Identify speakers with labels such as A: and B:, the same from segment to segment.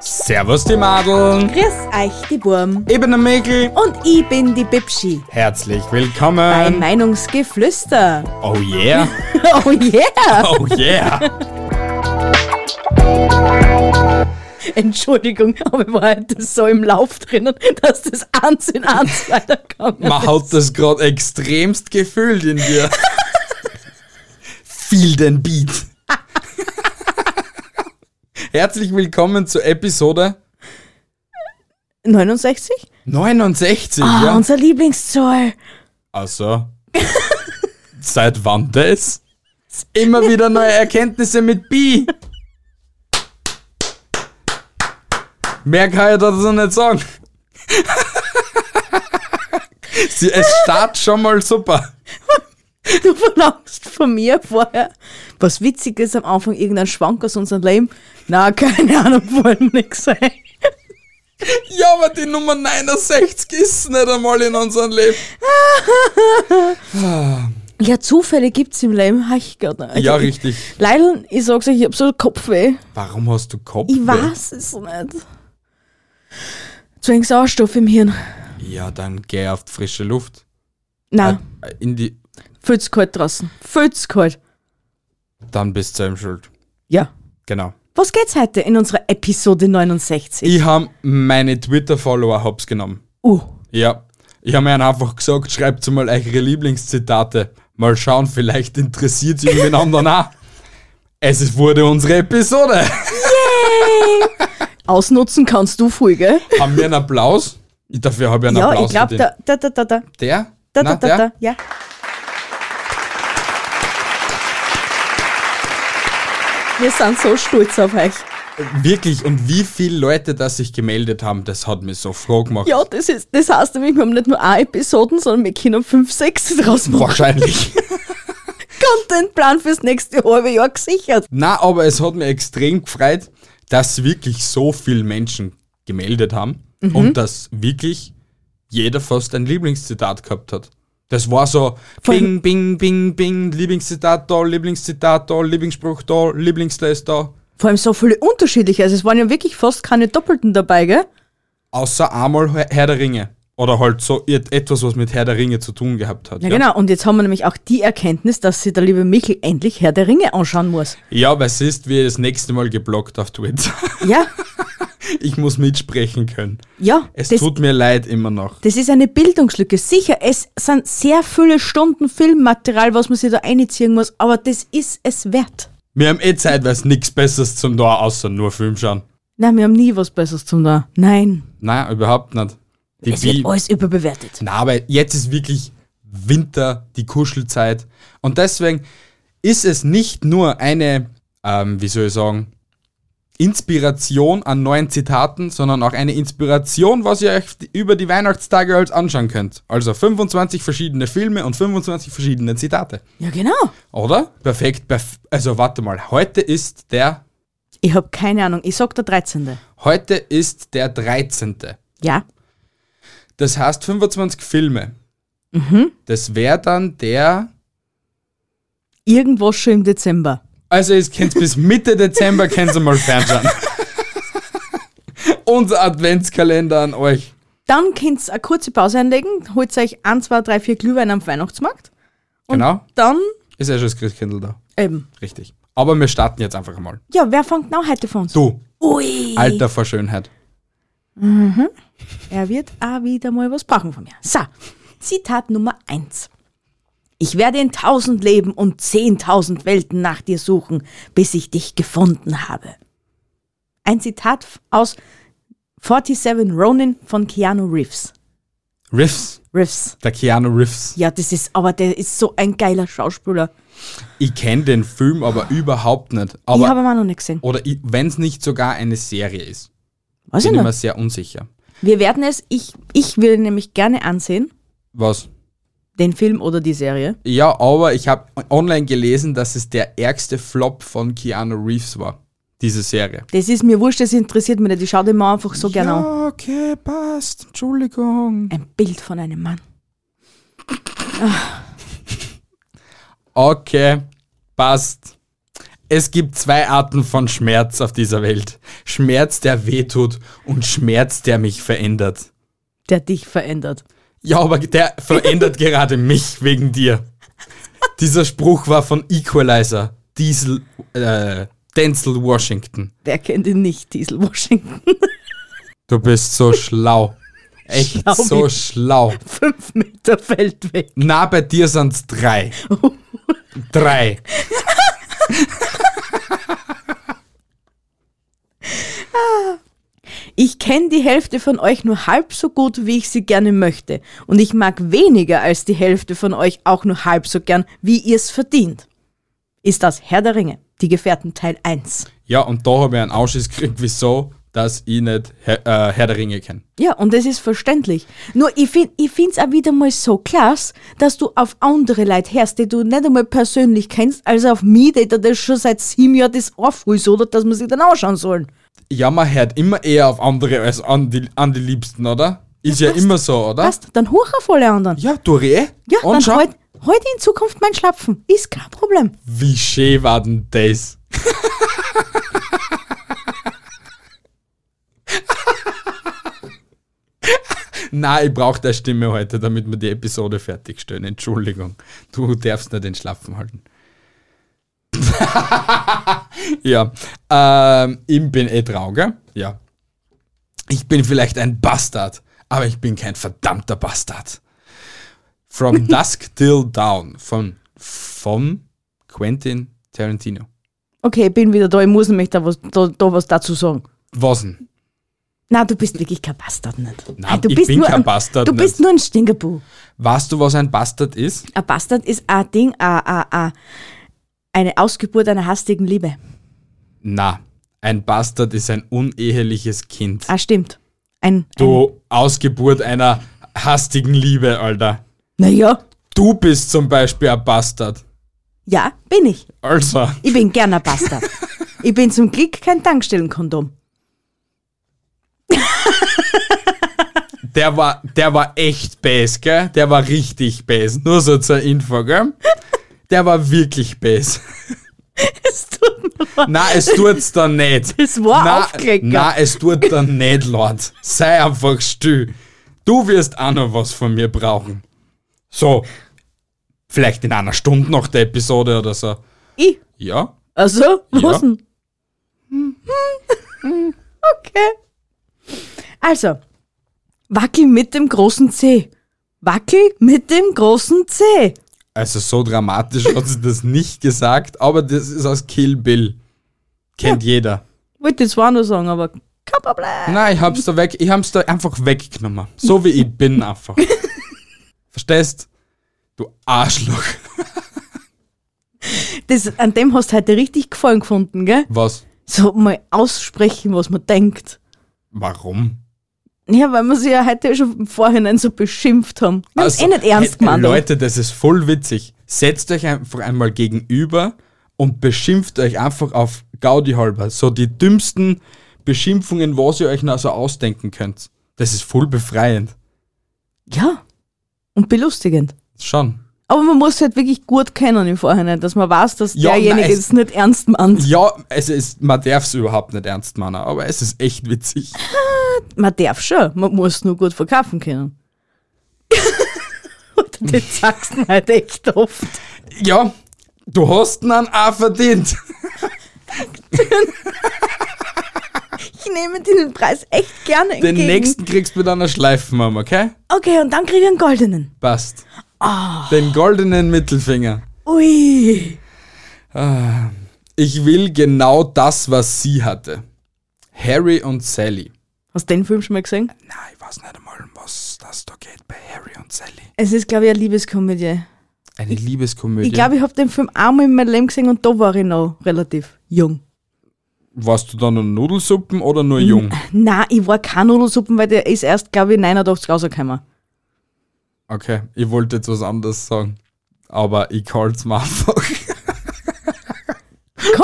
A: Servus die Madeln,
B: Grüß euch, die Burm.
A: ich bin der Mikl.
B: Und ich bin die Bibschi.
A: Herzlich
B: Bei
A: willkommen.
B: Meinungsgeflüster.
A: Oh yeah,
B: Oh yeah!
A: oh yeah.
B: Entschuldigung, aber war halt das so im Lauf drinnen, dass das eins in eins weiterkommt.
A: Man hat das gerade extremst gefühlt in dir. Feel den Beat. Herzlich willkommen zur Episode
B: 69?
A: 69,
B: Ah,
A: ja.
B: unser Lieblingszoll.
A: Also, seit wann das? Immer wieder neue Erkenntnisse mit Bi. Mehr kann ich dazu nicht sagen. Sie, es startet schon mal super.
B: Du verlangst von mir vorher was Witziges am Anfang, irgendeinen Schwank aus unserem Leben. Na, keine Ahnung, wollen nix sein.
A: Ja, aber die Nummer 69 ist nicht einmal in unserem Leben.
B: Ja, Zufälle gibt's im Leben, hab Also ich gerade. nicht.
A: Ja, richtig.
B: Leider, ich sag's euch, ich hab so Kopfweh.
A: Warum hast du Kopfweh?
B: Ich weiß es nicht. Zu wenig Sauerstoff im Hirn.
A: Ja, dann geh auf die frische Luft. Äh,
B: Nein,
A: In die,
B: viel zu kalt draußen. Viel zu kalt.
A: dann bist du selbst schuld.
B: Ja.
A: Genau.
B: Was geht's heute in unserer Episode 69?
A: Ich habe meine Twitter-Follower hops genommen.
B: Uh,
A: Ja. Ich habe mir einfach gesagt, schreibt mal eure Lieblingszitate. Mal schauen, vielleicht interessiert es irgendwen anderen auch. Es ist- wurde unsere Episode.
B: ausnutzen kannst du voll, gell?
A: Haben wir einen Applaus? Ich- Dafür habe ich einen
B: ja,
A: Applaus
B: ich glaube,
A: verdient.
B: da, da, da, da, da,
A: der.
B: da,
A: Nein,
B: da, da, da, ja. Wir sind so stolz auf euch.
A: der? Wirklich, und wie viele Leute das sich gemeldet haben, das hat mich so froh gemacht.
B: Ja, das, ist, das heißt nämlich, wir haben nicht nur eine Episoden, sondern wir können fünf, sechs draus machen.
A: Wahrscheinlich.
B: Contentplan fürs nächste halbe Jahr gesichert.
A: Na, aber es hat mich extrem gefreut, dass wirklich so viele Menschen gemeldet haben
B: Mhm.
A: und dass wirklich jeder fast ein Lieblingszitat gehabt hat. Das war so
B: Vor
A: Bing, Bing, Bing, Bing, Lieblingszitat da, Lieblingszitat da, Lieblingsspruch da, Lieblingsles da.
B: Vor allem so viele unterschiedliche. Also es waren ja wirklich fast keine Doppelten dabei, gell?
A: Außer einmal Herr Herr der Ringe. Oder halt so et- etwas, was mit Herr der Ringe zu tun gehabt hat.
B: Ja, genau. Und jetzt haben wir nämlich auch die Erkenntnis, dass sich der liebe Michel endlich Herr der Ringe anschauen muss.
A: ja weil siehst, wie das nächste Mal geblockt auf Twitter.
B: Ja,
A: ich muss mitsprechen können.
B: ja.
A: Es
B: das,
A: tut mir leid immer noch.
B: das ist eine Bildungslücke. Sicher, es sind sehr viele Stunden Filmmaterial, was man sich da einziehen muss, aber das ist es wert.
A: Wir haben eh zeitweise nichts Besseres zum da, außer nur Film schauen.
B: Nein, wir haben nie was Besseres zum da. Nein.
A: Nein, überhaupt nicht. Die
B: Es wird
A: Bi
B: alles überbewertet.
A: Na, aber jetzt ist wirklich Winter, die Kuschelzeit. Und deswegen ist es nicht nur eine, ähm, wie soll ich sagen, Inspiration an neuen Zitaten, sondern auch eine Inspiration, was ihr euch über die Weihnachtstage halt anschauen könnt. Also 25 verschiedene Filme und 25 verschiedene Zitate.
B: Ja, genau.
A: Oder? Perfekt. Perf also warte mal, heute ist der,
B: Ich habe keine Ahnung. Ich sag der 13.
A: heute ist der 13.
B: Ja.
A: Das heißt 25 Filme. Das wäre dann der.
B: Irgendwas schon im Dezember.
A: Also ihr könnt bis Mitte Dezember könnt ihr mal fernschauen. Unser Adventskalender an euch.
B: Dann könnt ihr eine kurze Pause einlegen, holt euch 1, 2, 3, 4 Glühwein am Weihnachtsmarkt.
A: Genau.
B: Dann
A: Ist ja schon das Christkindl da.
B: eben.
A: Richtig. Aber wir starten jetzt einfach mal.
B: Ja, wer fängt noch heute von uns?
A: Du,
B: Ui.
A: Alter vor Schönheit.
B: Er wird auch wieder mal was brauchen von mir. So, Zitat Nummer 1. Ich werde in tausend Leben und zehntausend Welten nach dir suchen, bis ich dich gefunden habe. Ein Zitat aus 47 Ronin von Keanu Reeves.
A: Riffs.
B: Reeves.
A: Der Keanu Riffs.
B: Ja, das ist, aber der ist so ein geiler Schauspieler.
A: Ich kenne den Film aber überhaupt nicht.
B: ich habe
A: Aber,
B: ihn auch noch nicht gesehen.
A: oder wenn es nicht sogar eine Serie ist.
B: Weiß ich
A: Bin immer
B: nicht.
A: sehr unsicher.
B: Wir werden es, ich, ich will nämlich gerne ansehen,
A: Was?
B: den Film oder die Serie.
A: Ja, aber ich habe online gelesen, dass es der ärgste Flop von Keanu Reeves war. Diese Serie.
B: Das ist mir wurscht, das interessiert mich nicht. Ich schaue den mal einfach so gerne an.
A: Ja, okay, passt. Entschuldigung.
B: Ein Bild von einem Mann.
A: Okay, passt. Es gibt zwei Arten von Schmerz auf dieser Welt. Schmerz, der wehtut und Schmerz, der mich verändert.
B: der dich verändert.
A: Ja, aber der verändert gerade mich wegen dir. Dieser Spruch war von Equalizer, Diesel, äh, Denzel Washington.
B: Wer kennt ihn nicht, Diesel Washington?
A: Du bist so schlau. Echt
B: Schlau
A: so
B: wie-
A: schlau.
B: Fünf Meter fällt weg.
A: Na, bei dir sind's drei. drei.
B: Ich kenne die Hälfte von euch nur halb so gut, wie ich sie gerne möchte. Und ich mag weniger als die Hälfte von euch auch nur halb so gern, wie ihr es verdient. Ist das Herr der Ringe, die Gefährten Teil 1.
A: Ja, und da habe ich einen Ausschuss gekriegt, wieso, dass ich nicht Herr, äh, Herr der Ringe kenne.
B: Ja, und das ist verständlich. Nur ich finde ich find's auch wieder mal so klasse, dass du auf andere Leute hörst, die du nicht einmal persönlich kennst, als auf mich, die das schon seit sieben Jahren das aufholt, oder dass man sich dann anschauen sollen.
A: Ja, man hört immer eher auf andere als an die, an die Liebsten, oder? Ist ja immer so, oder?
B: Passt, dann hoch auf alle anderen.
A: Ja, eh? Doré.
B: Ja,
A: und schau,
B: dann halt, halt in Zukunft mein Schlapfen. Ist kein Problem.
A: wie schön war denn das? Nein, ich brauche deine Stimme heute, damit wir die Episode fertigstellen. Entschuldigung, du darfst nicht den Schlafen halten. ja, ähm, ich bin eh traurig, gell? ja. Ich bin vielleicht ein Bastard, aber ich bin kein verdammter Bastard. From Dusk Till Dawn von, von Quentin Tarantino.
B: Okay, ich bin wieder da. Ich muss nämlich da was, da, da was dazu sagen.
A: Was denn?
B: Na, du bist wirklich kein Bastard nicht. Äh,
A: Nein,
B: du
A: ich bin kein Bastard
B: Du bist
A: nicht.
B: nur ein Stinkerbuh.
A: Weißt du, was ein Bastard ist?
B: Ein Bastard ist ein Ding, ein, ein, ein, eine Ausgeburt einer hastigen Liebe.
A: Na, ein Bastard ist ein uneheliches Kind.
B: Ah, stimmt. Ein, ein
A: Du Ausgeburt einer hastigen Liebe, Alter.
B: Naja,
A: Du bist zum Beispiel ein Bastard.
B: ja, bin ich.
A: Also,
B: Ich bin gerne ein Bastard. ich bin zum Glück kein Tankstellenkondom.
A: der war, der war echt bass, gell? Der war richtig bass. Nur so zur Info, gell? Der war wirklich bass.
B: Es tut mir leid.
A: Na, es tut's dann nicht.
B: Das war
A: na,
B: aufgeregt, gell?
A: Na, es tut dann nicht, Lord. Sei einfach still. Du wirst auch noch was von mir brauchen. So, vielleicht in einer Stunde nach der Episode oder so.
B: Ich
A: Ja,
B: Also,
A: Ja. Hm.
B: was denn? Hm. Okay. Also, wackel mit dem großen C. Wackel mit dem großen C.
A: also so dramatisch hat sie das nicht gesagt, aber das ist aus Kill Bill. Kennt jeder.
B: Wollte jetzt zwar nur sagen, aber kein Problem.
A: Nein, ich hab's da weg, ich hab's da einfach weggenommen. So wie ich bin einfach. Verstehst? Du Arschloch.
B: Das, an dem hast du heute richtig gefallen gefunden, gell?
A: Was?
B: So mal aussprechen, was man denkt.
A: Warum?
B: Ja, weil wir sie ja heute schon im Vorhinein so beschimpft haben. Wir
A: Also,
B: haben eh nicht
A: hey,
B: ernst gemeint. aber-
A: Leute, das ist voll witzig. Setzt euch einfach einmal gegenüber und beschimpft euch einfach auf Gaudi halber. So die dümmsten Beschimpfungen, was ihr euch noch so ausdenken könnt. Das ist voll befreiend.
B: Ja. Und belustigend.
A: Schon.
B: Aber man muss halt wirklich gut kennen im Vorhinein, dass man weiß, dass
A: Ja,
B: derjenige
A: nein, es-
B: es nicht ernst meint.
A: Ja, es ist, man darf es überhaupt nicht ernst meinen, aber es ist echt witzig.
B: Man darf schon, man muss nur gut verkaufen können. Und das sagst du halt echt oft.
A: Ja, du hast ihn auch verdient.
B: Ich nehme dir den Preis echt gerne
A: Den
B: entgegen.
A: nächsten kriegst du mit einer Schleifenmama, okay?
B: Okay, und dann krieg ich einen goldenen.
A: Passt. Den goldenen Mittelfinger.
B: Ui.
A: Ich will genau das, was sie hatte. Harry und Sally.
B: Hast du den Film schon mal gesehen?
A: Nein, ich weiß nicht einmal, um was das da geht bei Harry und Sally.
B: Es ist, glaube ich, eine Liebeskomödie.
A: Eine Liebeskomödie.
B: Ich glaube, ich habe den Film einmal in meinem Leben gesehen und da war ich noch relativ jung.
A: Warst du dann an Nudelsuppen oder nur jung?
B: Na, ich war kein Nudelsuppen, weil der ist erst, glaube ich, 89 rausgekommen.
A: Okay, ich wollte jetzt was anderes sagen. Aber ich call's mir einfach.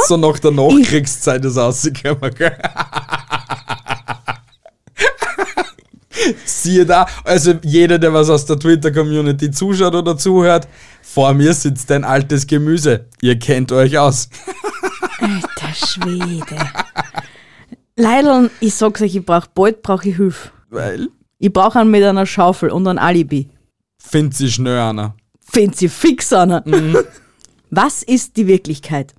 A: so nach der Nachkriegszeit ist rausgekommen, gell? Siehe da, also jeder, der was aus der Twitter-Community zuschaut oder zuhört, vor mir sitzt ein altes Gemüse. Ihr kennt euch aus.
B: Alter Schwede. Leider, ich sag's euch, ich brauch bald brauche ich Hilfe.
A: Weil
B: Ich brauche einen mit einer Schaufel und ein Alibi.
A: findet sie schnell einer.
B: Find sie fix an. Was ist die Wirklichkeit?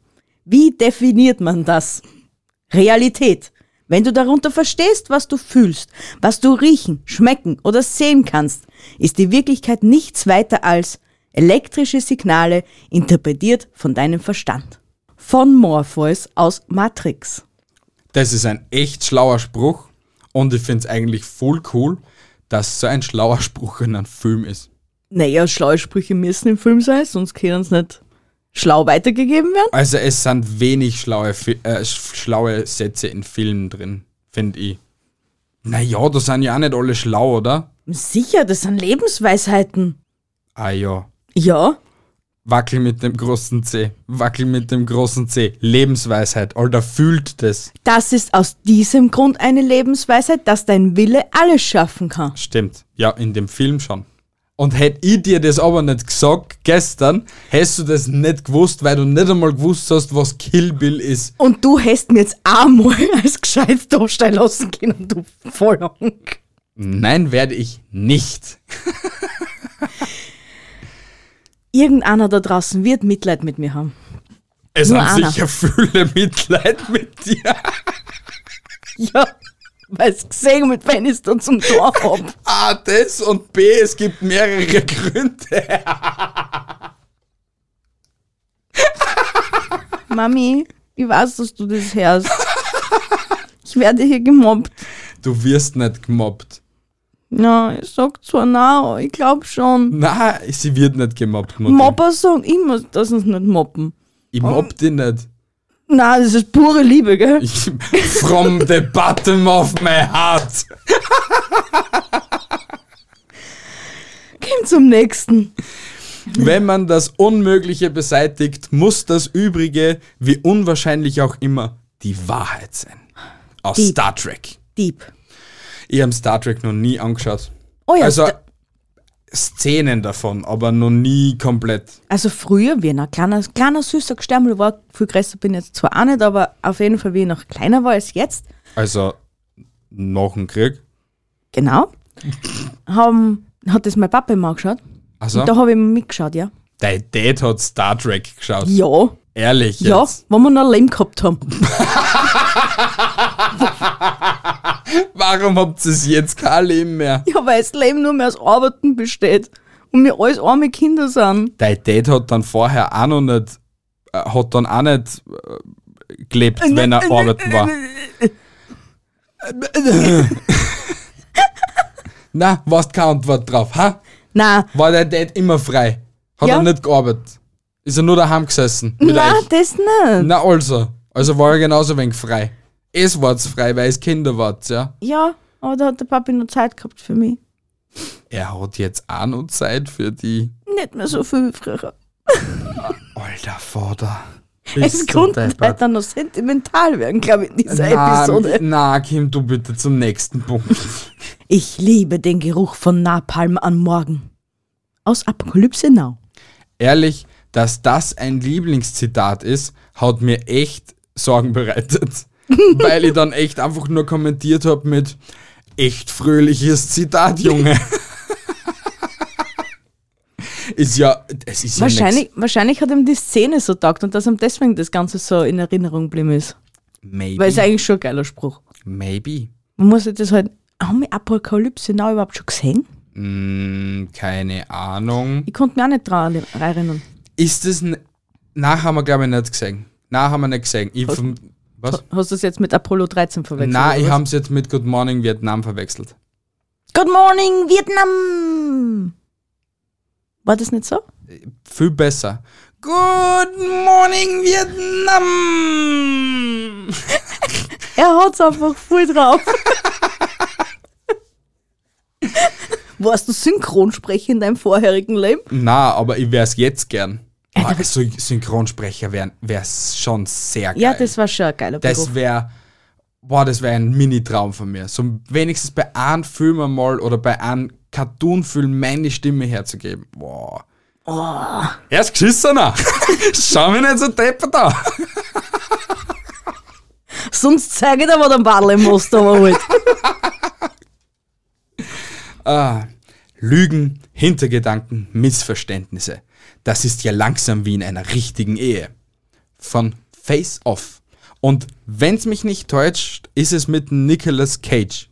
B: Wie definiert man das? Realität. Wenn du darunter verstehst, was du fühlst, was du riechen, schmecken oder sehen kannst, ist die Wirklichkeit nichts weiter als elektrische Signale interpretiert von deinem Verstand. Von Morpheus aus Matrix.
A: Das ist ein echt schlauer Spruch und ich find's eigentlich voll cool, dass so ein schlauer Spruch in einem Film ist.
B: Naja, schlaue Sprüche müssen im Film sein, sonst können sie nicht schlau weitergegeben werden.
A: Also es sind wenig schlaue, Fi- äh, sch- schlaue Sätze in Filmen drin, finde ich. Naja, da sind ja auch nicht alle schlau, oder?
B: Sicher, das sind Lebensweisheiten.
A: Ah ja.
B: Ja,
A: Wackel mit dem großen C. Wackel mit dem großen C. Lebensweisheit. Alter, fühlt das.
B: Das ist aus diesem Grund eine Lebensweisheit, dass dein Wille alles schaffen kann.
A: Stimmt. Ja, in dem Film schon. Und hätte ich dir das aber nicht gesagt gestern, hättest du das nicht gewusst, weil du nicht einmal gewusst hast, was Kill Bill ist.
B: Und du hast mir jetzt einmal als gescheit dastehen lassen können, du Vollhang.
A: Nein, werde ich nicht.
B: Irgendeiner da draußen wird Mitleid mit mir haben.
A: Es
B: Nur
A: haben
B: einer.
A: sicher viele Mitleid mit dir.
B: Ja, weil es gesehen mit wen ich dann zum Tor hab.
A: A, das und B, es gibt mehrere Gründe.
B: Mami, ich weiß, dass du das hörst. Ich werde hier gemobbt.
A: Du wirst nicht gemobbt.
B: Na, ich sag zwar na, ich glaub schon.
A: Na, sie wird nicht gemobbt, Mutter.
B: Mopper sagen immer, dass uns nicht moppen.
A: Ich mobb dich nicht.
B: Na, das ist pure Liebe, gell?
A: Ich, from the bottom of my heart.
B: Komm zum nächsten.
A: Wenn man das Unmögliche beseitigt, muss das Übrige, wie unwahrscheinlich auch immer, die Wahrheit sein. Aus
B: Die-
A: Star Trek.
B: Dieb.
A: Ich habe Star Trek noch nie angeschaut.
B: Oh ja,
A: also
B: da-
A: Szenen davon, aber noch nie komplett.
B: Also früher, wie ich noch kleiner, kleiner süßer Gestärmel war, viel größer bin ich jetzt zwar auch nicht, aber auf jeden Fall, wie ich noch kleiner war als jetzt,
A: Also nach dem Krieg.
B: genau, haben, hat das mein Papa immer angeschaut.
A: Also,
B: Da habe ich immer mitgeschaut, ja.
A: dein Dad hat Star Trek geschaut.
B: Ja,
A: Ehrlich
B: ja,
A: jetzt.
B: wenn wir noch ein Leben gehabt haben.
A: Warum habt ihr es jetzt kein Leben mehr?
B: Ja, weil das Leben nur mehr aus Arbeiten besteht und wir alles arme Kinder sind.
A: Dein Dad hat dann vorher auch noch nicht, äh, hat dann auch nicht äh, gelebt, wenn er arbeiten war. Na, warst keine Antwort drauf, ha?
B: Nein,
A: War dein Dad immer frei? Hat
B: Ja.
A: er nicht gearbeitet? Ist er nur daheim gesessen? Mit
B: nein,
A: euch?
B: das nicht.
A: Na also. Also war er genauso wenig frei. Es war's frei, weil es Kinder wart, ja?
B: Ja, aber da hat der Papi noch Zeit gehabt für mich.
A: Er hat jetzt auch noch Zeit für die.
B: Nicht mehr so viel wie früher.
A: Alter Vater.
B: Es konnte weiter noch sentimental werden, glaube ich, in dieser Episode.
A: Na, Kim, du bitte zum nächsten Punkt.
B: Ich liebe den Geruch von Napalm am Morgen. Aus Apokalypse Now.
A: Ehrlich, dass das ein Lieblingszitat ist, hat mir echt Sorgen bereitet. weil ich dann echt einfach nur kommentiert habe mit echt fröhliches Zitat, Junge. ist ja, es ist ja
B: Wahrscheinlich, wahrscheinlich hat ihm die Szene so taugt und dass ihm deswegen das Ganze so in Erinnerung geblieben ist.
A: nix.
B: Weil es
A: Maybe.
B: eigentlich schon ein geiler Spruch.
A: Maybe.
B: Man muss sich das halt. Haben wir Apokalypse Now überhaupt schon gesehen?
A: Hm, keine Ahnung.
B: Ich konnte mich auch nicht dran erinnern.
A: Ist das n- Nach haben wir, glaube ich, nicht gesehen. Nach haben wir nicht gesehen. Ich verm- was?
B: Hast du es jetzt mit Apollo 13 verwechselt?
A: Nein,
B: oder
A: ich
B: was?
A: habe es jetzt mit Good Morning Vietnam verwechselt.
B: Good morning, Vietnam! War das nicht so?
A: Viel besser. Good Morning Vietnam!
B: Er hat's einfach voll drauf. Warst du Synchronsprecher in deinem vorherigen Leben?
A: Na, aber ich wär's jetzt gern. Aber so Synchronsprecher wären wär's schon sehr geil.
B: Ja, das war schon ein geiler
A: das
B: Beruf.
A: wäre boah, das wäre ein Mini-Traum von mir. So wenigstens bei einem Film einmal oder bei einem Cartoon-Film meine Stimme herzugeben. Boah. Er ist geschissener. Schau mich nicht so deppert an.
B: Sonst zeige ich dir, wo der Badl im Muster war halt.
A: Lügen, Hintergedanken, Missverständnisse. Das ist ja langsam wie in einer richtigen Ehe. Von Face Off. Und wenn's mich nicht täuscht, ist es mit Nicolas Cage.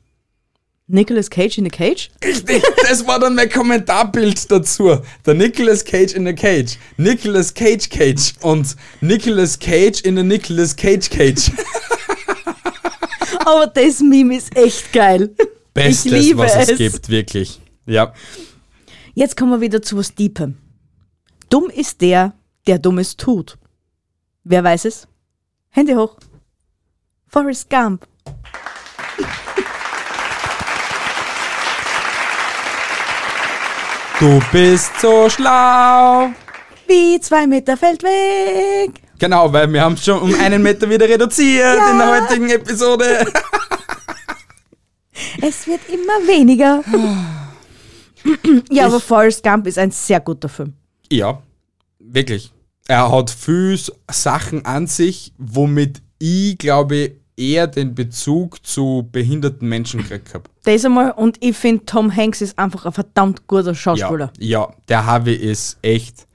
B: Nicolas Cage in the Cage?
A: Richtig, das war dann mein Kommentarbild dazu. Der Nicolas Cage in the Cage. Nicolas Cage Cage. Und Nicolas Cage in the Nicolas Cage Cage.
B: Aber das Meme ist echt geil.
A: Bestes,
B: ich liebe
A: was es,
B: es
A: gibt, wirklich. Ja.
B: Jetzt kommen wir wieder zu was Deepem. Dumm ist der, der Dummes tut. Wer weiß es? Hände hoch. Forrest Gump.
A: Du bist so schlau.
B: Wie zwei Meter Feldweg.
A: Genau, weil wir haben es schon um einen Meter wieder reduziert in der heutigen Episode.
B: Es wird immer weniger. ja, aber Forrest Gump ist ein sehr guter Film.
A: Ja, wirklich. Er hat viele Sachen an sich, womit ich, glaube ich, eher den Bezug zu behinderten Menschen gekriegt habe.
B: Der ist einmal, und ich finde, Tom Hanks ist einfach ein verdammt guter Schauspieler.
A: Ja, ja, der Harvey ist echt.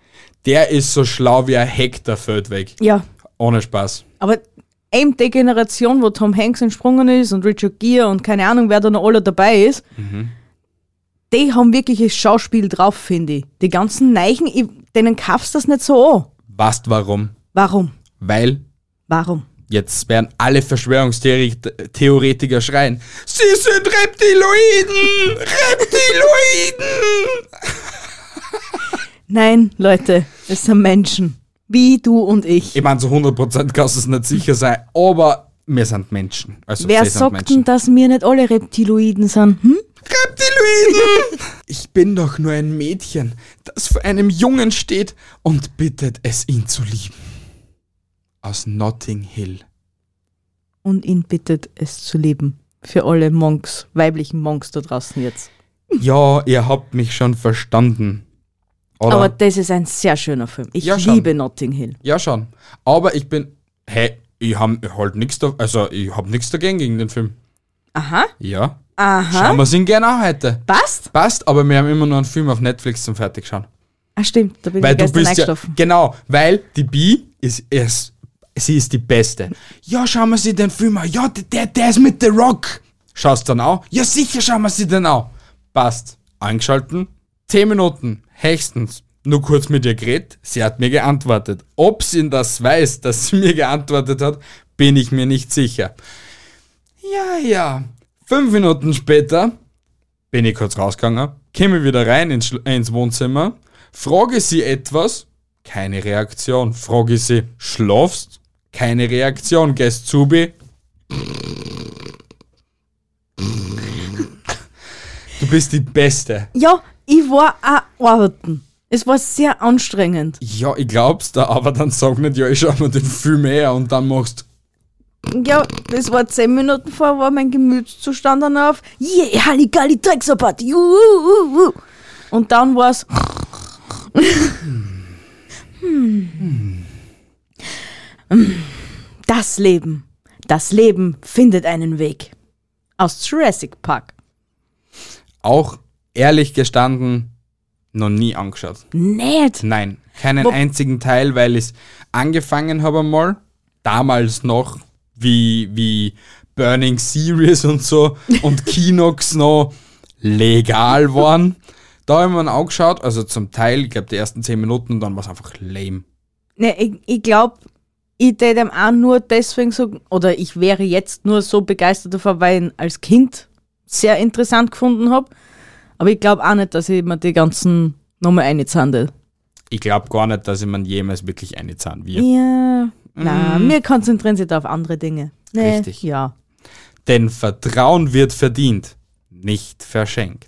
A: Der ist so schlau wie ein Hektar Feldweg.
B: Ja.
A: Ohne Spaß.
B: Aber eben die Generation, wo Tom Hanks entsprungen ist und Richard Gere und keine Ahnung, wer da noch alle dabei ist, die haben wirklich ein Schauspiel drauf, finde ich. Die ganzen Neichen, ich, denen kaufst das nicht so an.
A: Weißt warum?
B: Warum?
A: Weil
B: Warum?
A: jetzt werden alle Verschwörungstheoretiker schreien. Sie sind Reptiloiden! Reptiloiden!
B: Nein, Leute, es sind Menschen. Wie du und ich.
A: Ich meine, zu 100% kannst du es nicht sicher sein, aber wir sind Menschen. Also
B: Wer
A: sie sind
B: sagt denn, dass wir nicht alle Reptiloiden sind? Hm?
A: Reptiloiden! Ich bin doch nur ein Mädchen, das vor einem Jungen steht und bittet es, ihn zu lieben. Aus Notting Hill.
B: Und ihn bittet, es zu leben. Für alle Monks, weiblichen Monks da draußen jetzt.
A: Ja, ihr habt mich schon verstanden. Oder?
B: Aber das ist ein sehr schöner Film. Ich
A: Ja, schon.
B: liebe Notting Hill.
A: ja, schon. Aber ich bin. Hä? Ich hab halt nichts da, also ich hab nichts dagegen gegen den Film.
B: Aha,
A: Ja.
B: aha.
A: Schauen wir ihn gerne an heute.
B: Passt?
A: Passt, aber wir haben immer nur einen Film auf Netflix zum Fertigschauen.
B: Ah, stimmt, da bin
A: Weil
B: ich
A: du
B: gestern
A: bist ja,
B: eingeschlafen.
A: genau, weil die Bi ist erst, sie ist die Beste. Ja, schauen wir sie den Film an. Ja, der- der, der ist mit The Rock. Schaust dann auch? Ja, sicher schauen wir sie den an. Passt. Eingeschalten. Zehn Minuten, höchstens. Nur kurz mit ihr geredet. Sie hat mir geantwortet. Ob sie das weiß, dass sie mir geantwortet hat, bin ich mir nicht sicher. Ja, ja. Fünf Minuten später bin ich kurz rausgegangen, käme wieder rein ins, Schl- äh, ins Wohnzimmer, frage sie etwas, keine Reaktion. Frage sie, schlafst? Keine Reaktion. Gehst zu mir? Du bist die Beste.
B: Ja, ich war auch arbeiten. Es war sehr anstrengend.
A: Ja, ich glaub's da, aber dann sag nicht, ja, ich schau mir den Film her und dann machst
B: Ja, das war zehn Minuten vor, war mein Gemütszustand dann auf. Yeah, Halligalli, Drecksabbat, juhu. Und dann war's. Hm. Hm. Das Leben. Das Leben findet einen Weg. Aus Jurassic Park.
A: auch ehrlich gestanden noch nie angeschaut.
B: Nett.
A: Nein, keinen
B: Wo-
A: einzigen Teil, weil ich angefangen habe mal, damals noch, wie, wie Burning Series und so und Kinox noch legal waren. Da haben wir ihn angeschaut, also zum Teil, ich glaube die ersten 10 Minuten und dann war es einfach lame.
B: Ne, ich, ich glaube, ich täte ihm auch nur deswegen so, oder ich wäre jetzt nur so begeistert davon, weil ich ihn als Kind sehr interessant gefunden habe. Aber ich glaube auch nicht, dass ich mir die ganzen nochmal einzahne. Hm.
A: Ich glaube gar nicht, dass ich man jemals wirklich eine Zahn wird.
B: Ja. Na, wir konzentrieren sich da auf andere Dinge. Nee,
A: Richtig.
B: Ja.
A: Denn Vertrauen wird verdient, nicht verschenkt.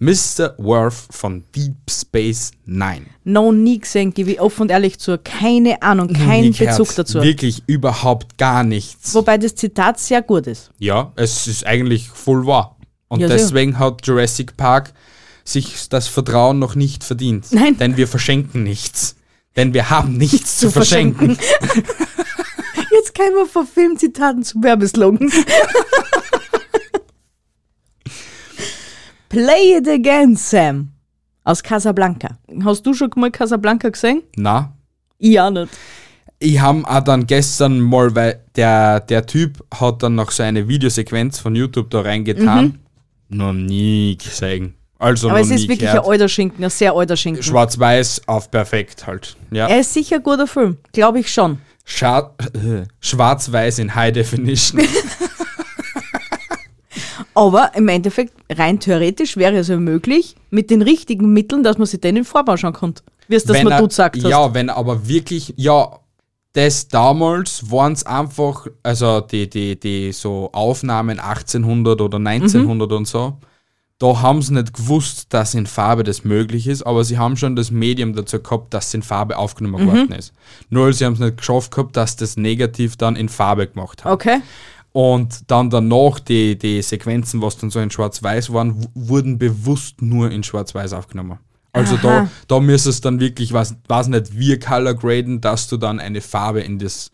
A: Mr. Worth von Deep Space Nine.
B: No nie gesehen, gebe ich offen und ehrlich zu. Keine Ahnung, kein
A: Nick
B: Bezug
A: Herz,
B: dazu.
A: Wirklich überhaupt gar nichts.
B: Wobei das Zitat sehr gut ist.
A: Ja, es ist eigentlich voll wahr. Und
B: Ja, sehr.
A: deswegen hat Jurassic Park sich das Vertrauen noch nicht verdient.
B: Nein.
A: Denn wir verschenken nichts. Denn wir haben nichts zu,
B: Zu
A: verschenken.
B: verschenken. Jetzt kann man von Filmzitaten zu Werbeslogans. Play it again, Sam. Aus Casablanca. Hast du schon mal Casablanca gesehen?
A: Na,
B: Ich auch nicht.
A: ich habe auch dann gestern mal, weil der, der Typ hat dann noch so eine Videosequenz von YouTube da reingetan. Noch nie gesehen. Also
B: Mhm. Aber
A: noch
B: es
A: nie
B: ist wirklich ein
A: gehört.
B: alter Schinken, ein sehr alter Schinken.
A: Schwarz-Weiß auf perfekt halt. Ja.
B: Er ist sicher ein guter Film, glaube ich schon.
A: Scha- äh, Schwarz-Weiß in High Definition.
B: Aber im Endeffekt, rein theoretisch wäre es ja möglich, mit den richtigen Mitteln, dass man sich den in Vorbau schauen konnte. Wie es das
A: Wenn
B: mal
A: er-
B: du gesagt hast.
A: Ja, wenn aber wirklich, ja, das damals waren es einfach, also die, die, die so Aufnahmen 1800
B: Mhm.
A: oder 1900 und so, da haben sie nicht gewusst, dass in Farbe das möglich ist, aber sie haben schon das Medium dazu gehabt, dass es in Farbe aufgenommen
B: Mhm.
A: worden ist. Nur sie haben es nicht geschafft gehabt, dass das negativ dann in Farbe gemacht haben.
B: Okay.
A: Und dann danach die, die Sequenzen, was dann so in Schwarz-Weiß waren, w- wurden bewusst nur in Schwarz-Weiß aufgenommen. Also da,
B: Aha.
A: da müsste es dann wirklich, was was nicht, wir color graden, dass du dann eine Farbe in das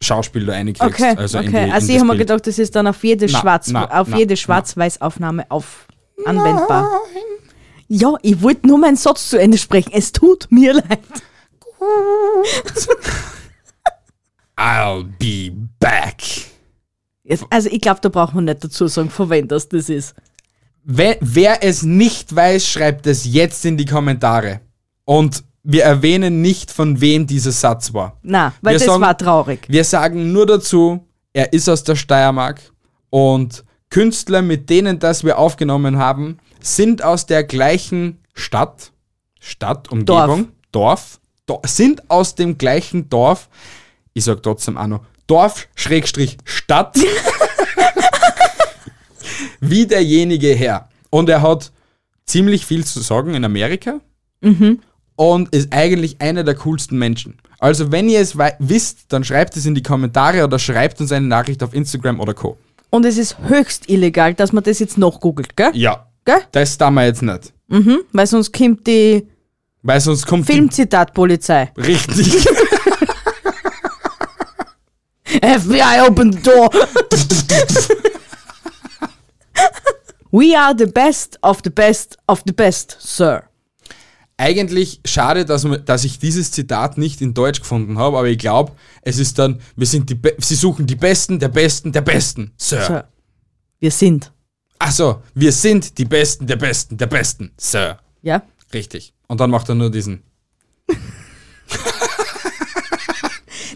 A: Schauspiel da reinkriegst.
B: Okay,
A: also
B: okay.
A: in die, in
B: also
A: das
B: ich habe mir
A: Bild.
B: gedacht, das ist dann auf jede,
A: Na,
B: Schwarz
A: na,
B: auf
A: na,
B: jede
A: na.
B: Schwarz-Weiß-Aufnahme auf anwendbar. Ja, ich wollte nur meinen Satz zu Ende sprechen. Es tut mir leid.
A: I'll be back.
B: Jetzt, also ich glaube, da braucht man nicht dazu sagen, von wem das das ist.
A: Wer, wer es nicht weiß, schreibt es jetzt in die Kommentare. Und wir erwähnen nicht, von wem dieser Satz war.
B: Na, weil
A: Wir
B: das
A: sagen-
B: war traurig.
A: Wir sagen nur dazu, er ist aus der Steiermark und Künstler, mit denen das wir aufgenommen haben, sind aus der gleichen Stadt, Stadt, Umgebung, Dorf, Do sind aus dem gleichen Dorf, ich sag trotzdem auch noch, Dorf, Schrägstrich, Stadt, wie derjenige her. Und er hat ziemlich viel zu sagen in Amerika und ist eigentlich einer der coolsten Menschen. Also wenn ihr es wei- wisst, dann schreibt es in die Kommentare oder schreibt uns eine Nachricht auf Instagram oder Co.
B: Und es ist höchst illegal, dass man das jetzt noch googelt, gell?
A: Ja.
B: Gell?
A: Das tun wir jetzt nicht.
B: Weil sonst kommt die
A: Weil sonst kommt
B: Filmzitatpolizei.
A: die richtig.
B: FBI, open the door. We are the best of the best of the best, sir.
A: Eigentlich schade, dass, man- dass ich dieses Zitat nicht in Deutsch gefunden habe, aber ich glaube, es ist dann, wir sind die Be sie suchen die Besten, der Besten, der Besten, Sir.
B: Sir. Wir sind.
A: Achso, wir sind die Besten, der Besten, der Besten, Sir.
B: Ja?
A: Richtig. Und dann macht er nur diesen.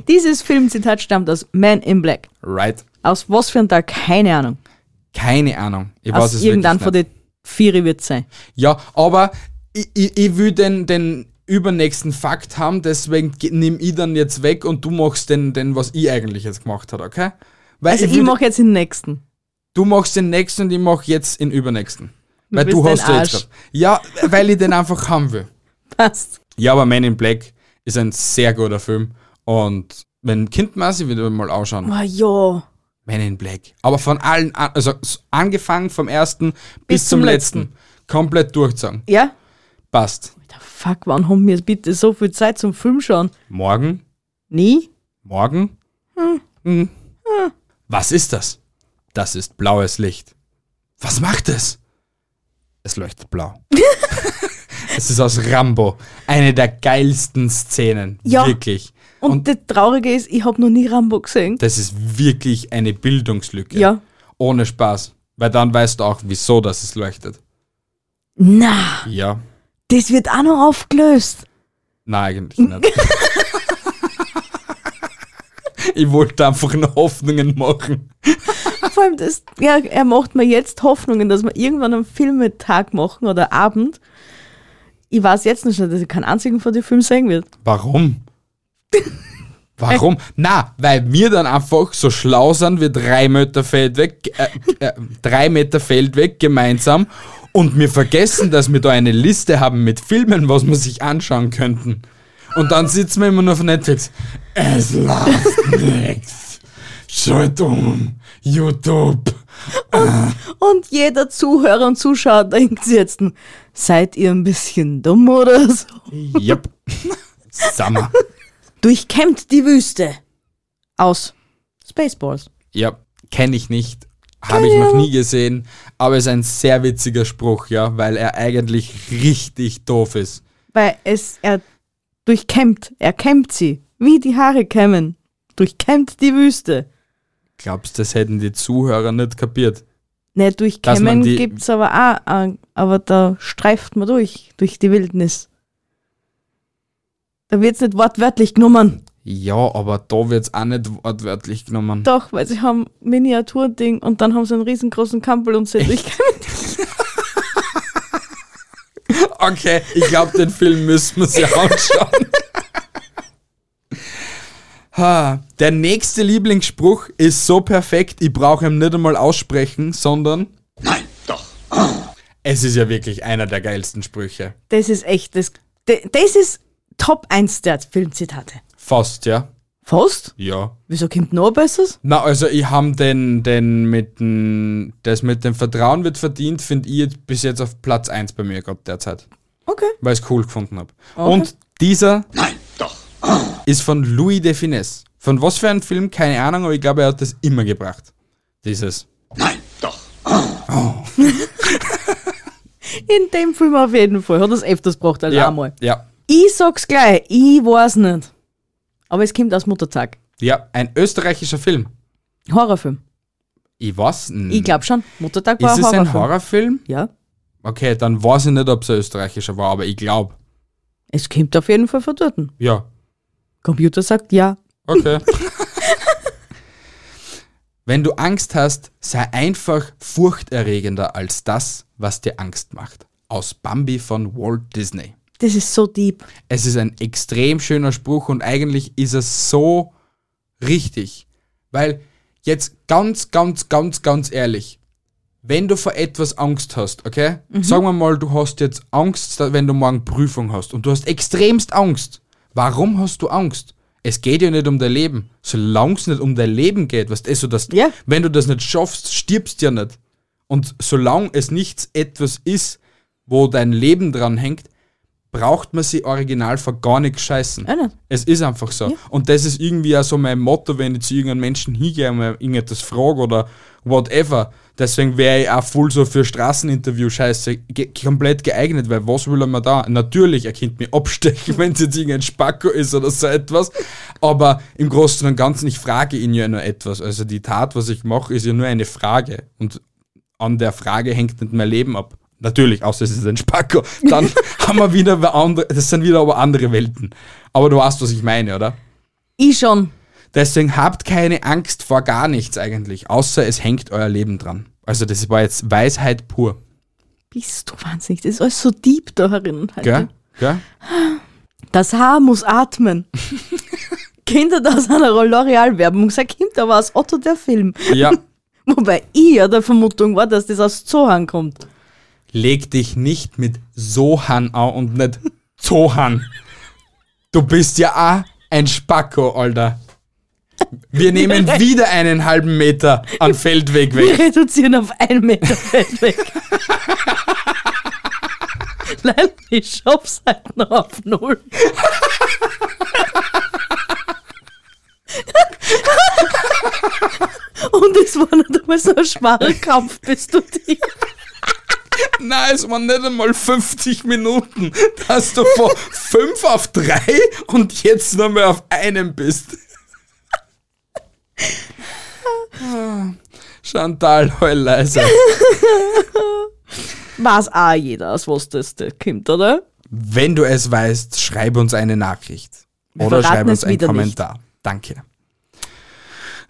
B: Dieses Filmzitat stammt aus Man in Black.
A: Right.
B: Aus was für einem Tag? Keine Ahnung.
A: Keine Ahnung. Ich
B: Aus
A: es
B: irgendeinem
A: wirklich
B: von
A: nicht.
B: den Vieri wird sein.
A: Ja, aber ich, ich, ich will den, den übernächsten Fakt haben, deswegen nehme ich dann jetzt weg und du machst den, den was ich eigentlich jetzt gemacht habe, okay? Weil
B: Also ich,
A: will-
B: mache jetzt den nächsten.
A: du machst den nächsten und ich mache jetzt den übernächsten. weil
B: bist
A: du
B: ein
A: hast den jetzt
B: Arsch.
A: grad. Ja, weil ich den einfach haben will.
B: Passt.
A: Ja, aber Man in Black ist ein sehr guter Film und wenn Kind mal sich wieder mal anschauen.
B: Oh ja.
A: Men in Black. Aber von allen, an- also s- angefangen vom ersten bis, zum,
B: zum
A: letzten. Komplett durchzogen.
B: Ja?
A: Passt.
B: Alter, fuck, wann haben wir bitte so viel Zeit zum Film schauen?
A: Morgen,
B: Nie?
A: morgen. Hm. Was ist das? Das ist blaues Licht. Was macht es? Es leuchtet blau. es ist aus Rambo. Eine der geilsten Szenen.
B: Ja.
A: Wirklich.
B: Und,
A: Und-
B: das Traurige ist, ich habe noch nie Rambo gesehen.
A: Das ist wirklich eine Bildungslücke.
B: Ja.
A: Ohne Spaß. Weil dann weißt du auch, wieso dass es leuchtet.
B: Na,
A: Ja.
B: das wird auch noch aufgelöst.
A: Nein, eigentlich nicht. ich wollte einfach nur Hoffnungen machen.
B: Vor allem, das, ja, er macht mir jetzt Hoffnungen, dass wir irgendwann einen Filmetag machen oder Abend. Ich weiß jetzt noch schon, dass ich keinen einzigen von den Filmen sehen wird.
A: Warum? Warum? Na, weil wir dann einfach so schlau sind wie drei Meter Feldweg, äh, äh, drei Meter Feldweg gemeinsam und wir vergessen, dass wir da eine Liste haben mit Filmen, was wir sich anschauen könnten. Und dann sitzen wir immer nur auf Netflix. Es läuft nichts. Schalt um. YouTube.
B: Und jeder Zuhörer und Zuschauer denkt sich jetzt, seid ihr ein bisschen dumm oder so?
A: Yep. Summer.
B: Durchkämmt die Wüste. Aus Spaceballs.
A: Ja, kenne ich nicht. Habe ich noch nie gesehen. Aber ist ein sehr witziger Spruch, ja, weil er eigentlich richtig doof ist.
B: Weil es, er durchkämmt, er kämmt sie. Wie die Haare kämmen. Durchkämmt die Wüste.
A: Glaubst das hätten die Zuhörer nicht kapiert? Dass
B: Ne,
A: man
B: durchkämmen
A: die-
B: gibt's aber auch, äh, aber da streift man durch, durch die Wildnis. Da wird's nicht wortwörtlich genommen.
A: Ja, aber da wird's auch nicht wortwörtlich genommen.
B: Doch, weil sie haben Miniaturding und dann haben sie einen riesengroßen Kampel und sie durchkämmen.
A: Okay, ich glaube, den Film müssen wir uns ja anschauen. Ha, Der nächste Lieblingsspruch ist so perfekt, ich brauche ihn nicht einmal aussprechen, sondern. Nein, doch. Es ist ja wirklich einer der geilsten Sprüche.
B: Das ist echt, das, de- das ist Top 1 der Filmzitate.
A: Fast, ja.
B: Fast?
A: Ja.
B: Wieso kommt noch ein besseres?
A: Na, also ich habe den, den mit dem, das mit dem Vertrauen wird verdient, finde ich jetzt bis jetzt auf Platz 1 bei mir gerade derzeit.
B: Okay.
A: weil ich es cool gefunden habe. Und dieser ist von Louis de Finesse. Von was für einem Film, keine Ahnung, aber ich glaube, er hat das immer gebracht. Dieses.
B: In dem Film auf jeden Fall. Hat das öfters gebracht als
A: Ja,
B: einmal.
A: ja,
B: Ich sag's gleich, ich weiß nicht. Aber es kommt aus Muttertag.
A: ja, ein österreichischer Film.
B: Horrorfilm.
A: Ich weiß nicht.
B: Ich glaub schon. Muttertag war
A: Mhm. Ist
B: ein
A: es
B: Horrorfilm.
A: ein Horrorfilm?
B: Ja.
A: Okay, dann weiß ich nicht, ob es ein österreichischer war, aber ich glaube.
B: Es kommt auf jeden Fall von dort.
A: Ja,
B: Computer sagt ja.
A: okay. Wenn du Angst hast, sei einfach furchterregender als das, was dir Angst macht. Aus Bambi von Walt Disney.
B: Das ist so deep.
A: Es ist ein extrem schöner Spruch und eigentlich ist es so richtig. Weil jetzt ganz, ganz, ganz, ganz ehrlich, wenn du vor etwas Angst hast, okay? Sagen wir mal, du hast jetzt Angst, da- wenn du morgen Prüfung hast und du hast extremst Angst. Warum hast du Angst? Es geht ja nicht um dein Leben. Solange es nicht um dein Leben geht, weißt du, eh so dass,
B: Ja.
A: wenn du das nicht schaffst, stirbst du ja nicht. Und solange es nichts etwas ist, wo dein Leben dran hängt, braucht man sie original vor gar nichts scheißen.
B: Ja, ne?
A: Es ist einfach so. Und das ist irgendwie auch so mein Motto, wenn ich zu irgendeinem Menschen hingehe und mir irgendetwas frage oder whatever. Deswegen wäre ich auch voll so für Straßeninterview-Scheiße ge komplett geeignet, weil was will er mir da? Natürlich, er könnte mich abstechen, wenn es jetzt irgendein Spacko ist oder so etwas. Aber im Großen und Ganzen, ich frage ihn ja nur etwas. Also die Tat, was ich mache, ist ja nur eine Frage. Und an der Frage hängt nicht mein Leben ab. Natürlich, außer es ist ein Spacko. Dann haben wir wieder bei andere, das sind wieder aber andere Welten. Aber du weißt, was ich meine, oder?
B: Ich schon.
A: Deswegen habt keine Angst vor gar nichts eigentlich, außer es hängt euer Leben dran. Also das war jetzt Weisheit pur.
B: Bist du wahnsinnig? Das ist alles so deep da herin. Heute.
A: Gell? Gell?
B: Das Haar muss atmen. Kinder, das ist einer L'Oreal-Werbung. Sag ihm, da war es Otto der Film.
A: Ja.
B: Wobei ich ja der Vermutung war, dass das aus Zohan kommt.
A: Leg dich nicht mit Sohan an und nicht Zohan. Du bist ja auch ein Spacko, Alter. Wir nehmen wieder einen halben Meter an Feldweg weg.
B: Wir reduzieren auf einen Meter weit weg. Nein, ich schaff's halt noch auf null. Und es war nicht einmal so ein schwacher Kampf, bist du die.
A: Nein, es waren nicht einmal 50 Minuten, dass du von 5 auf 3 und jetzt nur mehr auf einem bist. Ah, Chantal, heul leise.
B: Weiß auch jeder, aus was das da kommt, oder?
A: Wenn du es weißt, schreib uns eine Nachricht. Oder
B: verraten
A: schreib uns
B: es
A: einen
B: wieder
A: Kommentar. Danke.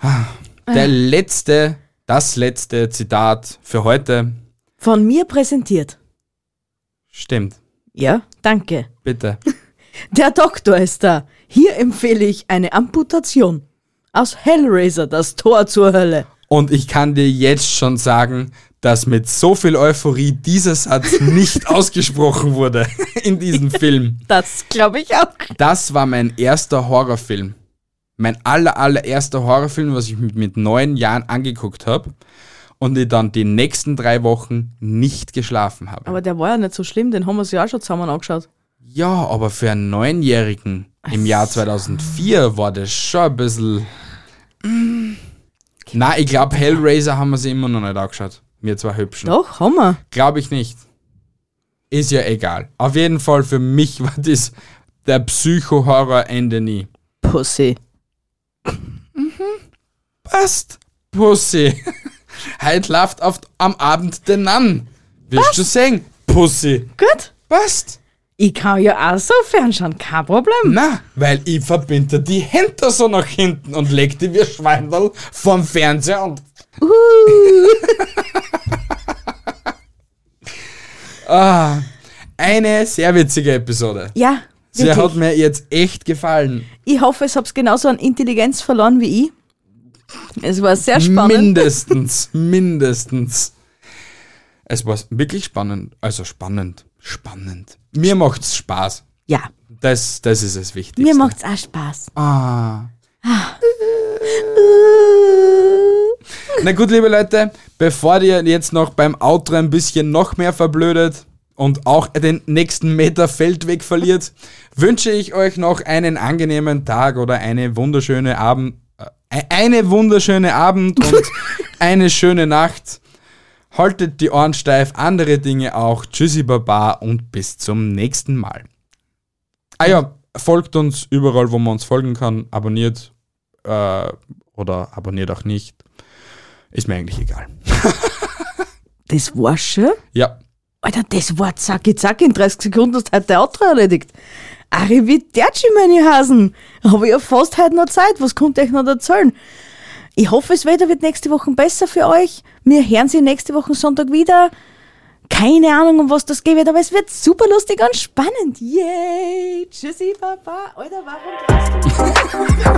A: Ah, Der letzte, das letzte Zitat für heute.
B: Von mir präsentiert.
A: Stimmt.
B: Ja, danke.
A: Bitte.
B: Der Doktor ist da. Hier empfehle ich eine Amputation. Aus Hellraiser das Tor zur Hölle.
A: Und ich kann dir jetzt schon sagen, dass mit so viel Euphorie dieser Satz nicht ausgesprochen wurde in diesem Film.
B: Das glaube ich auch.
A: Das war mein erster Horrorfilm. Mein aller, allererster Horrorfilm, was ich mit, mit neun Jahren angeguckt habe und ich dann die nächsten drei Wochen nicht geschlafen habe.
B: Aber der war ja nicht so schlimm, den haben wir uns ja auch schon zusammen angeschaut.
A: ja, aber für einen Neunjährigen im Jahr 2004 war das schon ein bisschen... Nein, ich glaube, Hellraiser haben wir sie immer noch nicht angeschaut. Wir zwei Hübschen.
B: Doch, haben wir.
A: Glaube ich nicht. Ist ja egal. Auf jeden Fall für mich war das der Psycho-Horror-Ende nie.
B: Pussy.
A: Passt, Pussy. Heut läuft auf, am Abend den Nann. Wirst du sehen, Pussy.
B: Gut.
A: Passt.
B: Ich kann ja auch so fernschauen, kein Problem.
A: Na, weil ich verbinde die Hände so nach hinten und leg die wie Schweindel vom Fernseher und. ah, eine sehr witzige Episode.
B: Ja,
A: Sie
B: wirklich.
A: hat mir jetzt echt gefallen.
B: Ich hoffe, es habt genauso an Intelligenz verloren wie ich. Es war sehr spannend.
A: Mindestens, mindestens. Es war wirklich spannend. Also spannend, spannend. Mir macht's Spaß.
B: ja,
A: Das, das ist das Wichtigste.
B: mir macht's auch Spaß.
A: Ah. Na gut, liebe Leute, bevor ihr jetzt noch beim Outro ein bisschen noch mehr verblödet und auch den nächsten Meter Feldweg verliert, wünsche ich euch noch einen angenehmen Tag oder eine wunderschöne Abend, äh, eine wunderschöne Abend und eine schöne Nacht. Haltet die Ohren steif, andere Dinge auch. Tschüssi Baba und bis zum nächsten Mal. Ah ja, folgt uns überall, wo man uns folgen kann. Abonniert äh, oder abonniert auch nicht. Ist mir eigentlich egal.
B: Das war schön.
A: Ja,
B: Alter, das war zacki zacki. In 30 Sekunden hast du heute der Outro erledigt. Arrivederci, meine Hasen. Habe ich ja fast heute noch Zeit. Was kommt euch noch erzählen? Ich hoffe, das Wetter wird nächste Woche besser für euch. Wir hören sie nächste Woche Sonntag wieder. Keine Ahnung, um was das geht, aber es wird super lustig und spannend. Yay! Tschüssi, Papa. Alter, warum drehst du